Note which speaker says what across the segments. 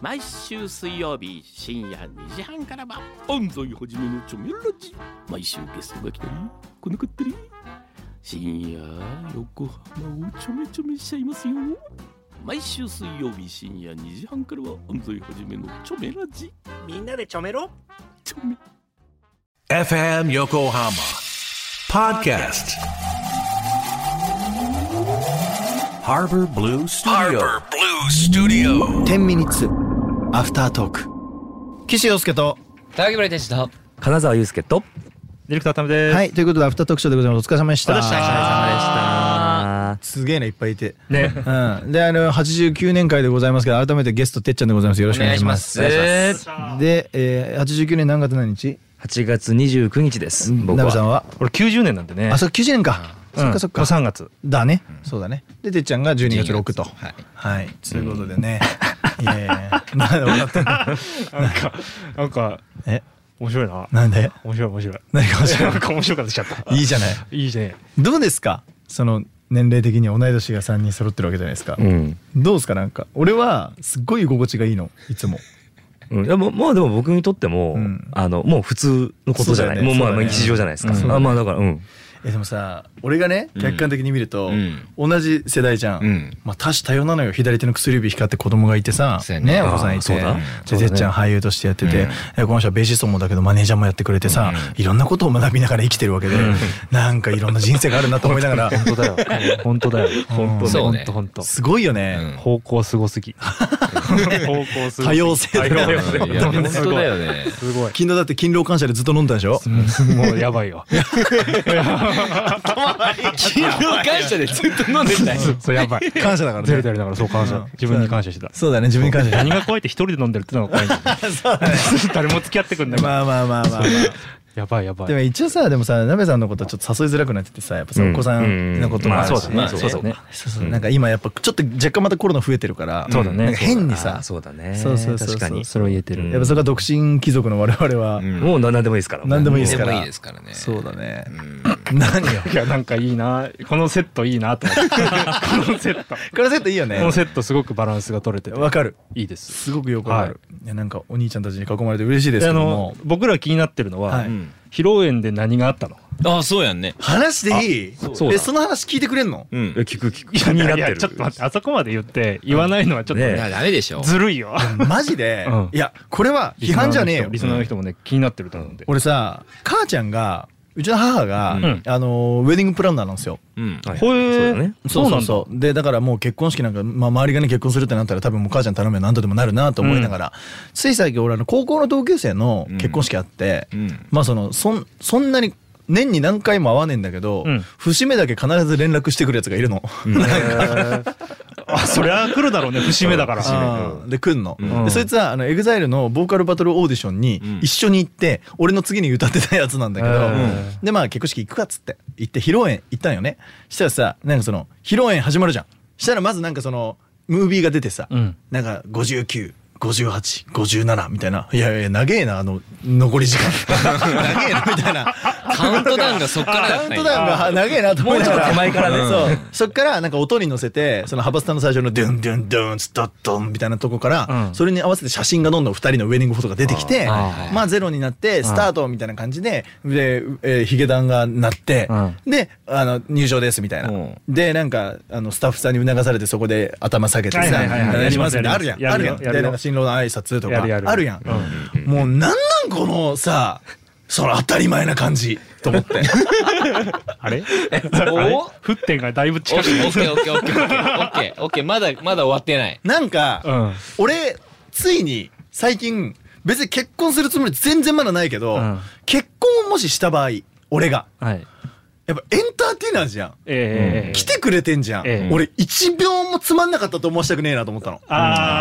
Speaker 1: 毎週水曜日深夜2時半からは安西はじめのチョメラジ毎週ゲストが来たり来なかったり深夜横浜をちょめちょめしちゃいますよ毎週水曜日深夜2時半からは安西はじめのチョメラジ
Speaker 2: みんなでちょめろ
Speaker 1: チョメ
Speaker 3: FM Yokohama Podcast. Harbor Blue Studio.
Speaker 4: Harbor Blue Studio.
Speaker 5: 天ミニッツアフタートーク岸洋介と
Speaker 6: 高木村でした。
Speaker 7: 金沢祐介と
Speaker 8: ディレクターためです。
Speaker 5: はいということでアフタートークショーでございますお疲れ様でした
Speaker 6: お疲れ様
Speaker 5: すげえないっぱいいて
Speaker 7: でしたね
Speaker 5: うんであの89年会でございますけど改めてゲストてっちゃんでございますよろしくお願いします
Speaker 6: お願いし
Speaker 5: で、えー、89年何月何日
Speaker 7: 8月29日です僕
Speaker 5: ナベさん
Speaker 7: は
Speaker 5: は
Speaker 8: 俺90年なんでね。
Speaker 5: あそう90年か
Speaker 8: うん
Speaker 5: そっかそっか
Speaker 8: もう3月。
Speaker 5: だねそうだねでてっちゃんが12月6とはいということでねいやいやなんで笑ってんの
Speaker 8: なんか、なんか、
Speaker 5: え
Speaker 8: 面白いな。
Speaker 5: なんで
Speaker 8: 面白い面白い。
Speaker 5: 何か面白い
Speaker 8: なんか 面白かったしちゃった。
Speaker 5: いいじゃない
Speaker 8: いいね。
Speaker 5: どうですかその年齢的に同い年が3人揃ってるわけじゃないですか、
Speaker 7: うん
Speaker 5: どうですかなんか俺はすっごい居心地がいいのいつも
Speaker 7: うんいやもうまあでも僕にとっても
Speaker 5: うん
Speaker 7: あのもう普通のことじゃな
Speaker 5: そ
Speaker 7: いう
Speaker 5: だよ
Speaker 7: も
Speaker 5: ね
Speaker 7: う
Speaker 5: そう
Speaker 7: まあま
Speaker 5: だ
Speaker 7: あ
Speaker 5: ね
Speaker 7: 日常じゃないです
Speaker 5: うん
Speaker 7: かあまあだからうん
Speaker 5: えでもさ俺がね客観的に見ると、
Speaker 6: ん
Speaker 5: 同じ世代じゃん、
Speaker 6: ん
Speaker 5: まあ多種多様なのよ左手の薬指光って子供がいてさ
Speaker 6: そうやね
Speaker 5: ねお子さんいて
Speaker 7: あーそうだ
Speaker 5: で
Speaker 7: そう
Speaker 5: て
Speaker 7: だね
Speaker 5: っちゃん俳優としてやってて、えこの人はベーシストもだけどマネージャーもやってくれてさ、いろんなことを学びながら生きてるわけで、なんかいろんな人生があるなと思いながら
Speaker 8: 本当だ よ。本当だよ。
Speaker 5: 本当ね
Speaker 8: 本
Speaker 6: そう
Speaker 8: 当
Speaker 6: ね
Speaker 8: 本当。
Speaker 5: すごいよね、
Speaker 8: 方向すごすぎ。方向すご
Speaker 5: 多様性だよ
Speaker 8: 多様性
Speaker 6: いや本当だよね。
Speaker 8: すごい。
Speaker 5: 昨日だって勤労感謝でずっと飲んだでしょ
Speaker 8: もうやばいよ。
Speaker 6: 勤労感謝でずっと飲んでたよ。
Speaker 8: そうやばい。
Speaker 5: 感謝だからね
Speaker 8: ゼロゼロだからそう感謝。自分に感謝してた。
Speaker 5: そうだね自分に感謝
Speaker 8: 何が怖いって一人で飲んでるってのが怖いんだ よ。 誰も付き合ってくんない。
Speaker 5: まあまあまあまあ、まあ
Speaker 8: やばいやばい。
Speaker 5: でも一応さでもさなべさんのことちょっと誘いづらくなっててさやっぱさ、
Speaker 7: うん
Speaker 5: お子さんのこともあるし、
Speaker 7: まあそうだね
Speaker 5: そう
Speaker 7: そうだね
Speaker 5: そうなんか今やっぱちょっと若干またコロナ増えてるから
Speaker 7: そうだね
Speaker 5: なんか変にさ
Speaker 7: あーそうだね
Speaker 5: そうそうそうそう
Speaker 7: 確かに
Speaker 8: それを言えてる。
Speaker 5: やっぱそれが独身貴族の我々は、
Speaker 7: もうな何でもいいですから
Speaker 5: 何でもいい
Speaker 7: で
Speaker 5: ですすか
Speaker 6: でも
Speaker 5: ら
Speaker 6: いいですからね。
Speaker 5: そうだね、何よ
Speaker 8: いやなんかいいなこのセットいいなと思ってこのセ ットこ
Speaker 5: これセットいいよね
Speaker 8: のセットすごくバランスが取れてて
Speaker 5: わかる
Speaker 8: いいです
Speaker 5: すごくよくわかる、い、やなんかお兄ちゃんたちに囲まれて嬉しいです
Speaker 8: で
Speaker 5: け
Speaker 8: あ
Speaker 5: ど
Speaker 8: の
Speaker 5: も
Speaker 8: 僕ら気になってるのは、
Speaker 5: はい
Speaker 6: ん
Speaker 8: 披露宴で何があったの
Speaker 6: あ、そうやんね。
Speaker 5: 話でいい
Speaker 8: そうだ
Speaker 5: えその話聞いてくれんの
Speaker 6: うん。
Speaker 7: 聞く聞く気になっ
Speaker 8: い
Speaker 7: て
Speaker 8: やい
Speaker 7: る
Speaker 8: やちょっと待ってあそこまで言って言わないのはちょっと
Speaker 6: い
Speaker 8: ね
Speaker 7: ね
Speaker 6: やダメでしょ。
Speaker 8: ずるいよ
Speaker 5: マジで、
Speaker 8: うん
Speaker 5: いやこれは 批判じゃねえよ
Speaker 8: リスナーの人もね気になってると思うんで
Speaker 5: 俺さ母ちゃんがうちの母が、
Speaker 8: ん
Speaker 5: あのウェディングプランナーなんですよ。
Speaker 6: うん。
Speaker 7: はい
Speaker 8: ほえ
Speaker 7: そう
Speaker 8: ー
Speaker 7: だね
Speaker 8: そうなんだ
Speaker 5: うでだからもう結婚式なんか、まあ、周りがね結婚するってなったら多分もう母ちゃん頼めば何とでもなるなと思いながら、つい最近俺あの高校の同級生の結婚式あって、
Speaker 6: うん。
Speaker 5: まあそのそんそんなに年に何回も会わねえんだけど、
Speaker 8: うん
Speaker 5: 節目だけ必ず連絡してくるやつがいるの。
Speaker 8: あそりゃ来るだろうね節目だから
Speaker 5: あーで来んの、
Speaker 8: ん
Speaker 5: でそいつはあのエグザイルのボーカルバトルオーディションに
Speaker 6: ん
Speaker 5: 一緒に行って、俺の次に歌ってたやつなんだけど、
Speaker 8: うん
Speaker 5: でまあ結婚式行くかっつって行って披露宴行ったんよねしたらさなんかその披露宴始まるじゃんしたらまずなんかそのムービーが出てさ、
Speaker 8: ん
Speaker 5: なんか59。5857みたいな。いやいや、長えな、あの、残り時間。 長えな、みたいな。
Speaker 6: カウントダウンがそっから
Speaker 5: カ
Speaker 6: だ
Speaker 5: ウ
Speaker 6: っ
Speaker 5: ン
Speaker 6: た
Speaker 5: ト
Speaker 6: んや。
Speaker 5: ダウンが長えなと思いながら。
Speaker 7: もうちょっと手前からね
Speaker 5: そう。そっからなんか音に乗せて、そのハバスタの最初のドゥンドゥンドゥンストッドンみたいなとこから、
Speaker 8: うん
Speaker 5: それに合わせて写真がどんどん二人のウェディングフォトが出てきて、
Speaker 6: あー
Speaker 5: まあゼロになって、スタートみたいな感じで、で、えーヒゲダンが鳴って、
Speaker 8: う
Speaker 5: で、あの、入場ですみたいな
Speaker 6: うん。
Speaker 5: で、なんか、あの、スタッフさんに促されてそこで頭下げてさ、
Speaker 8: はいはいはいはい
Speaker 5: お願いしますって
Speaker 8: や
Speaker 5: あ
Speaker 8: り
Speaker 5: る
Speaker 8: ま
Speaker 5: や
Speaker 8: す
Speaker 5: ん。あるや
Speaker 8: やり
Speaker 5: ん。
Speaker 8: ますやる
Speaker 5: で、
Speaker 8: よ
Speaker 5: なんか新郎の挨拶と
Speaker 8: やる
Speaker 5: か
Speaker 8: や、る
Speaker 5: あるやん。もうなんなんこのさ、その当たり前な感じと思って。
Speaker 8: あれあれ沸点がだいぶ
Speaker 6: オ
Speaker 8: 近
Speaker 6: ッ
Speaker 8: く
Speaker 6: ケーオッケーオッケーオッケーオッケーオッケーオッケーまだまだ終わってない。
Speaker 5: なんか、
Speaker 8: うん
Speaker 5: 俺、ついに最近、別に結婚するつもり全然まだないけど、
Speaker 8: うん
Speaker 5: 結婚をもしした場合、俺が、
Speaker 8: はい
Speaker 5: やっぱエンターテイナーじゃん。
Speaker 8: ええ
Speaker 5: 来てくれてんじゃん。
Speaker 8: ええ
Speaker 5: 俺、一秒もつまんなかったと思わしたくねえなと思ったの。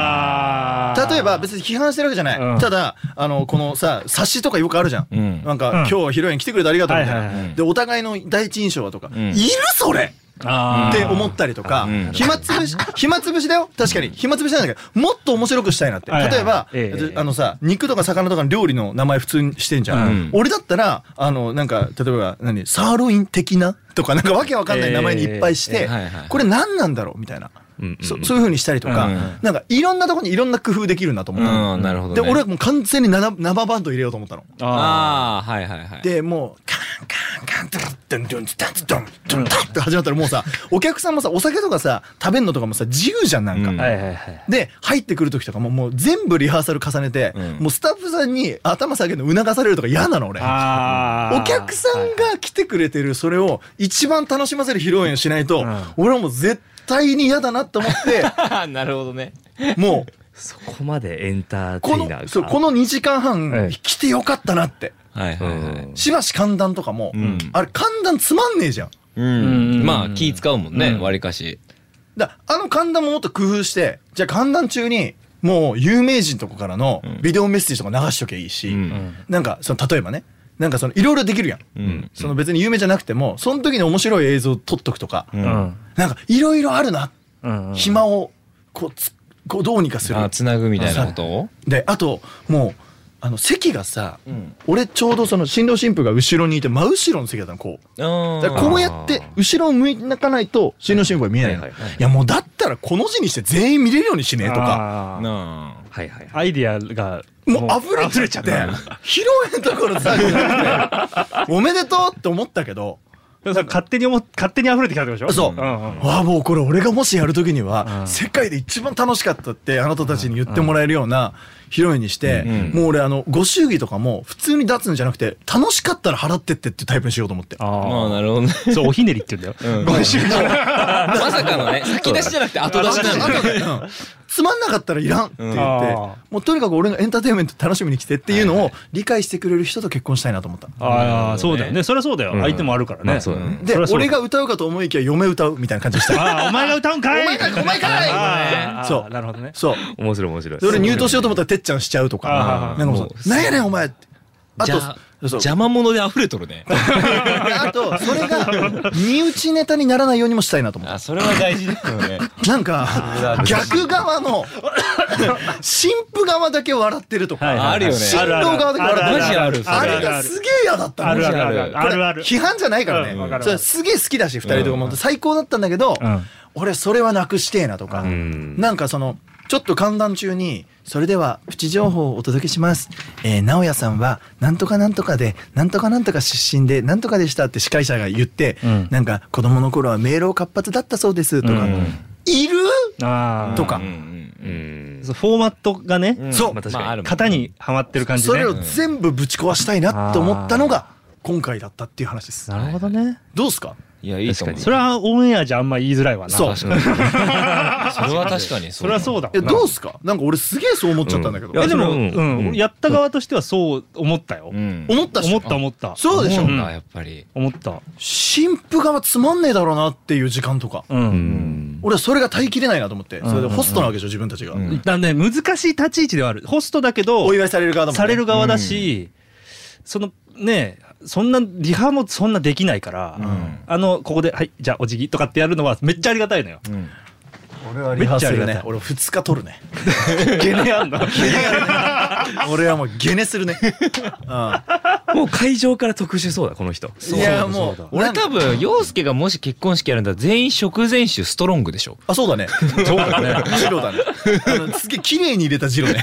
Speaker 8: ああ
Speaker 5: 例えば別に批判してるわけじゃない、
Speaker 8: うん
Speaker 5: ただあのこのさ冊子とかよくあるじゃん、
Speaker 6: ん
Speaker 5: なんか、
Speaker 8: う
Speaker 5: 今
Speaker 8: ん
Speaker 5: 日披露宴来てくれてありがとう」みたいな、
Speaker 8: はいはいはい
Speaker 5: でお互いの第一印象はとか「
Speaker 6: ん
Speaker 5: いるそれ!」
Speaker 8: あ
Speaker 5: っ
Speaker 8: ー
Speaker 5: て思ったりとか、
Speaker 6: ん
Speaker 5: 暇つぶし、暇つぶしだよ確かに。暇つぶしなんだけど、もっと面白くしたいなって。
Speaker 8: はいはい
Speaker 5: 例えば、
Speaker 8: ええ
Speaker 5: あのさ、肉とか魚とかの料理の名前普通にしてんじゃん。
Speaker 6: うん
Speaker 5: 俺だったら、あの、なんか、例えば、何、サーロイン的なとか、なんかわけわかんない名前にいっぱいして、
Speaker 6: ええはいはい
Speaker 5: これ何なんだろうみたいな。
Speaker 7: うんうん
Speaker 5: そそういう風にしたりとか、
Speaker 7: うん
Speaker 5: なんかいろんなとこにいろんな工夫できるなと思ったの、
Speaker 7: うん、なるほど、
Speaker 5: で
Speaker 7: ね。
Speaker 5: 俺はもう完全に生生バンド入れようと思ったの。
Speaker 7: ああ、はいはいはい。
Speaker 5: でもうカンカンカンドゥルッドゥンドゥンドゥンドゥンドゥンドゥンドゥンって始まったらもうさお客さんもさお酒とかさ食べんのとかもさ自由じゃんなんか。
Speaker 7: うん
Speaker 8: はいはいはい。
Speaker 5: で入ってくる時とかももう全部リハーサル重ねて、
Speaker 7: うん
Speaker 5: もうスタッフさんに頭下げるの促されるとか嫌なの俺。
Speaker 8: ああ。
Speaker 5: お客さんが来てくれてるそれを一番楽しませる披露宴をしないと、
Speaker 8: ん
Speaker 5: 俺はもう絶対に嫌だなと思っ
Speaker 6: あなるほどね。
Speaker 5: てもう
Speaker 7: そこまでエンターテ
Speaker 5: こ
Speaker 7: イナー
Speaker 5: の
Speaker 7: が
Speaker 5: そうこの2時間
Speaker 8: は
Speaker 5: 半
Speaker 8: い
Speaker 5: 来てよかったなって
Speaker 6: はいはいは
Speaker 7: うん
Speaker 6: い。
Speaker 5: しばし寒暖とかも、
Speaker 7: ん
Speaker 5: あれ寒暖つまんねえじゃん。
Speaker 8: うん
Speaker 6: まあ気使うもんね、
Speaker 8: うん
Speaker 6: わりかし。
Speaker 5: だあの寒暖ももっと工夫してじゃあ寒暖中にもう有名人とかからのビデオメッセージとか流しときゃいいし、
Speaker 7: うん
Speaker 5: なんかその例えばねなんかそのいろいろできるやん、
Speaker 7: うん
Speaker 5: その別に有名じゃなくてもその時に面白い映像を撮っとくとか、
Speaker 7: ん
Speaker 8: うん。
Speaker 5: なんかいろいろあるな、
Speaker 8: うん。
Speaker 5: 暇をこうつこうどうにかする
Speaker 6: あつなぐみたいなことを
Speaker 5: であともうあの席がさ、俺ちょうどその新郎新婦が後ろにいて真後ろの席だったのこう。
Speaker 6: あ
Speaker 5: だからこうやって後ろを向かないと新郎新婦が見えないの、
Speaker 7: はいいはいはい
Speaker 5: やもうだったらこの字にして全員見れるようにしねえとか
Speaker 8: か。
Speaker 6: なあ
Speaker 7: はいはいはい。
Speaker 8: アイディアが。
Speaker 5: もう溢れちゃって披露宴どころさおめでとうって思ったけど
Speaker 8: でもそれ勝手に思っ、勝手に溢れてきたってことでしょ
Speaker 5: そう
Speaker 8: うんうん。
Speaker 5: わあもうこれ俺がもしやる時に
Speaker 8: う
Speaker 5: は
Speaker 8: ん
Speaker 5: 世界で一番楽しかったってあなたたちに言ってもらえるような披露宴にして
Speaker 7: うん
Speaker 5: もう俺あのご祝儀とかも普通に出すんじゃなくて楽しかったら払ってってっていうタイプにしようと思って
Speaker 6: まあ
Speaker 8: あ
Speaker 6: なるほどね。
Speaker 8: あ。そう、おひねりって言うんだよ。
Speaker 6: まさかのね、先出しじゃなくて後出しなんだ
Speaker 5: あとでうんつまんなかったらいらんって言って
Speaker 8: うんあー
Speaker 5: もうとにかく俺のエンターテインメント楽しみに来てっていうのを理解してくれる人と結婚したいなと思った
Speaker 8: ああ、そうだよね。そりゃそうだよ。
Speaker 7: ん
Speaker 8: 相手もあるから
Speaker 7: まあ
Speaker 8: ね。
Speaker 7: そうだね
Speaker 5: で
Speaker 8: そりゃそうだ
Speaker 5: 俺が歌うかと思いきや嫁歌うみたいな感じでした
Speaker 8: ああ、お前が歌うんかい
Speaker 5: お前かお前かい
Speaker 8: ああ
Speaker 5: そう
Speaker 8: ああなるほどね。
Speaker 5: そう
Speaker 7: 面白い面白い。
Speaker 5: で俺入党しようと思ったらてっちゃんしちゃうとか
Speaker 8: あー
Speaker 5: なんかもう
Speaker 7: も
Speaker 5: さなんやねんお前ってあ
Speaker 6: じ
Speaker 5: と
Speaker 6: ゃ
Speaker 5: そう
Speaker 6: 邪魔者で溢れとるね。
Speaker 5: あとそれ が身内ネタにならないようにもしたいなと思っ
Speaker 6: あ、それは大事だよね。
Speaker 5: たなんか逆側 の新婦側だけ笑ってると
Speaker 8: はいはい
Speaker 5: か
Speaker 6: あるよね。
Speaker 5: 新郎側だけ笑って
Speaker 6: マジある
Speaker 5: るあれがすげえ嫌だったの
Speaker 8: あるあるあるある。あるある。
Speaker 5: 批判じゃないから
Speaker 8: うんわ
Speaker 5: ね
Speaker 8: かる
Speaker 5: それすげえ好きだし2人とかも最高だったんだけど
Speaker 8: うん
Speaker 5: 俺それはなくしてえなとか
Speaker 7: ん
Speaker 5: なんかそのちょっと寒暖中にそれではプチ情報をお届けします、えー、直哉さんはなんとかなんとかでなんとかなんとか出身でなんとかでしたって司会者が言って、
Speaker 8: ん
Speaker 5: なんか子供の頃は明朗活発だったそうですとか、いる
Speaker 8: ああ。
Speaker 5: とか
Speaker 6: う、ん
Speaker 7: うん。
Speaker 8: そうフォーマットがね、
Speaker 5: そう、
Speaker 7: まあ確
Speaker 6: まあ
Speaker 7: か
Speaker 6: あ
Speaker 7: に。
Speaker 6: る
Speaker 8: 型にはまってる感じね。
Speaker 5: それを全部ぶち壊したいなと思ったのが今回だったっていう話です
Speaker 8: なるほどね。
Speaker 5: どうですか
Speaker 6: いや、いいと思う。
Speaker 8: それはオンエアじゃあんま言いづらいわな。
Speaker 5: そう
Speaker 6: それは確かに
Speaker 8: それはそう
Speaker 6: だ。
Speaker 8: だ
Speaker 5: え
Speaker 8: わな
Speaker 5: どうですかなんか俺すげえそう思っちゃったんだけど、
Speaker 7: うんいや
Speaker 8: えでも、
Speaker 7: それはうん
Speaker 8: うん
Speaker 7: うん
Speaker 8: やった側としてはそう思ったよ。
Speaker 6: うん。
Speaker 5: 思ったっし
Speaker 8: 思
Speaker 5: ょ
Speaker 8: った思った。
Speaker 5: そうでしょ、
Speaker 6: 思うんだやっぱり。
Speaker 8: 思った。
Speaker 5: 新婦側つまんねえだろうなっていう時間とか
Speaker 8: う。
Speaker 7: うんん。
Speaker 5: 俺はそれが耐えきれないなと思ってそれでホストなわけでしょ自分たちが、
Speaker 6: ん
Speaker 8: だね難しい立ち位置ではある。ホストだけど
Speaker 5: お祝いされる側だもんね
Speaker 8: される側だし、そのねそんなリハもそんなできないから、
Speaker 6: ん
Speaker 8: あのここではいじゃあお辞儀とかってやるのはめっちゃありがた いのよ。
Speaker 6: うん。
Speaker 5: 俺は
Speaker 8: リハーサルね
Speaker 5: 俺2日取るね
Speaker 8: ゲネあんの。
Speaker 5: 俺はもうゲネするね、
Speaker 7: もう会場から特殊そうだ、この人。
Speaker 5: うん、いやもう
Speaker 6: 俺多分、洋介がもし結婚式やるんだったら全員食前酒ストロングでしょ。
Speaker 5: あそうだねそうだねジロだねあのすげえ綺麗に入れたジロね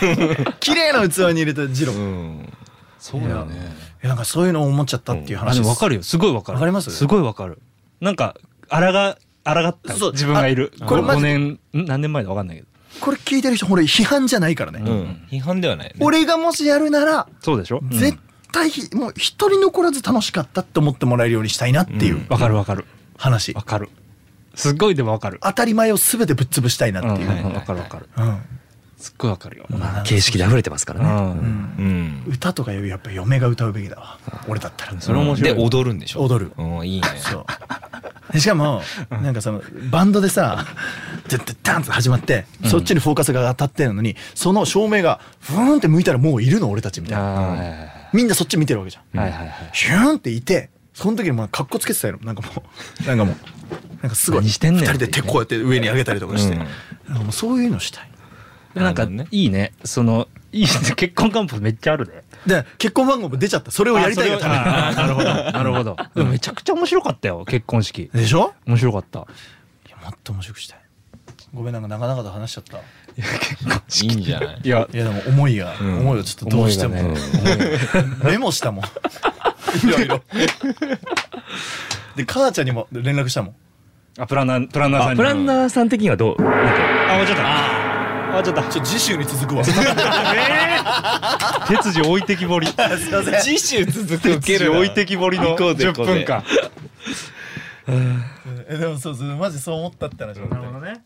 Speaker 5: 綺麗な器に入れたジロ、い
Speaker 6: ん。
Speaker 8: そう
Speaker 5: だよね。やなんかそういうのを思っちゃったっていう
Speaker 8: あ
Speaker 5: 話
Speaker 8: で
Speaker 5: です
Speaker 8: もわかるよすごいわかる。
Speaker 5: わかります
Speaker 8: すごいわかる。なんかあらがあらがった
Speaker 5: そう
Speaker 8: 自分がいる。
Speaker 5: あ
Speaker 8: こ
Speaker 5: これ
Speaker 8: れ
Speaker 5: マジ
Speaker 8: 五年ん何年前だわかんないけど。
Speaker 5: これ聞いてる人俺批判じゃないからね、
Speaker 6: うん。批判ではない。
Speaker 5: 俺がもしやるなら
Speaker 8: そうでしょ。うん
Speaker 5: 絶対ひもう一人残らず楽しかったって思ってもらえるようにしたいなっていう
Speaker 8: わかるわかる
Speaker 5: 話、
Speaker 8: わかる。すっごいでもわかる。
Speaker 5: 当たり前を全てぶっ潰したいなっていう、
Speaker 8: うんうんわかるわかる。
Speaker 5: うん
Speaker 8: すっごいわかるよ。
Speaker 7: 形式で溢れてますからね。
Speaker 8: うん
Speaker 6: うん。
Speaker 5: 歌とかよりやっぱ嫁が歌うべきだわ俺だったら
Speaker 6: それ面白い。
Speaker 8: で
Speaker 6: で、踊るんでしょ。
Speaker 5: 踊る
Speaker 6: うん、いいね。
Speaker 5: そうでしかもなんかそのバンドでさダンダンって始まってそっちにフォーカスが当たってるのにその照明がふーんって向いたらもういるの俺たちみたいな
Speaker 8: あ
Speaker 5: みんなそっち見てるわけじゃん
Speaker 8: あはいはいはい。
Speaker 5: ヒューンっていてその時にもうかっこつけてたよなんかも うなんかもうなんかすごい
Speaker 8: 何してんねん
Speaker 5: 二人で手こうやって上に上げたりとかして、
Speaker 6: うん
Speaker 5: なんかもうそういうのしたい
Speaker 8: でもな
Speaker 6: な
Speaker 8: んか
Speaker 6: るほどね
Speaker 8: いいねそのいいね 結婚願望めっちゃあるね
Speaker 5: で結婚番号も出ちゃったそれをやりたいがために
Speaker 8: あそれをあー なるほどなるほどでもめちゃくちゃ面白かったよ結婚式
Speaker 5: でしょ
Speaker 8: 面白かった
Speaker 5: いやもっと面白くしたいごめんなんか長々と話しちゃった
Speaker 6: いいんじゃない
Speaker 8: いや
Speaker 5: いやでも思いが、
Speaker 7: ん
Speaker 5: 思いをちょっとどうしても、
Speaker 7: 思いがね
Speaker 5: メモしたもんいろいろで母ちゃんにも連絡したもん
Speaker 8: あプランナープランナーさん
Speaker 7: あ
Speaker 8: に
Speaker 7: プランナーさん的にはどうなん
Speaker 8: あ終わっちゃった終わっちゃった
Speaker 5: ちょ次週に続 くわ
Speaker 8: 手筋置いてき ぼり
Speaker 5: すいません
Speaker 6: 次週続く
Speaker 8: 手筋置いてきぼりの10分間
Speaker 5: えでもそうそうマジそう思ったって話なるほどね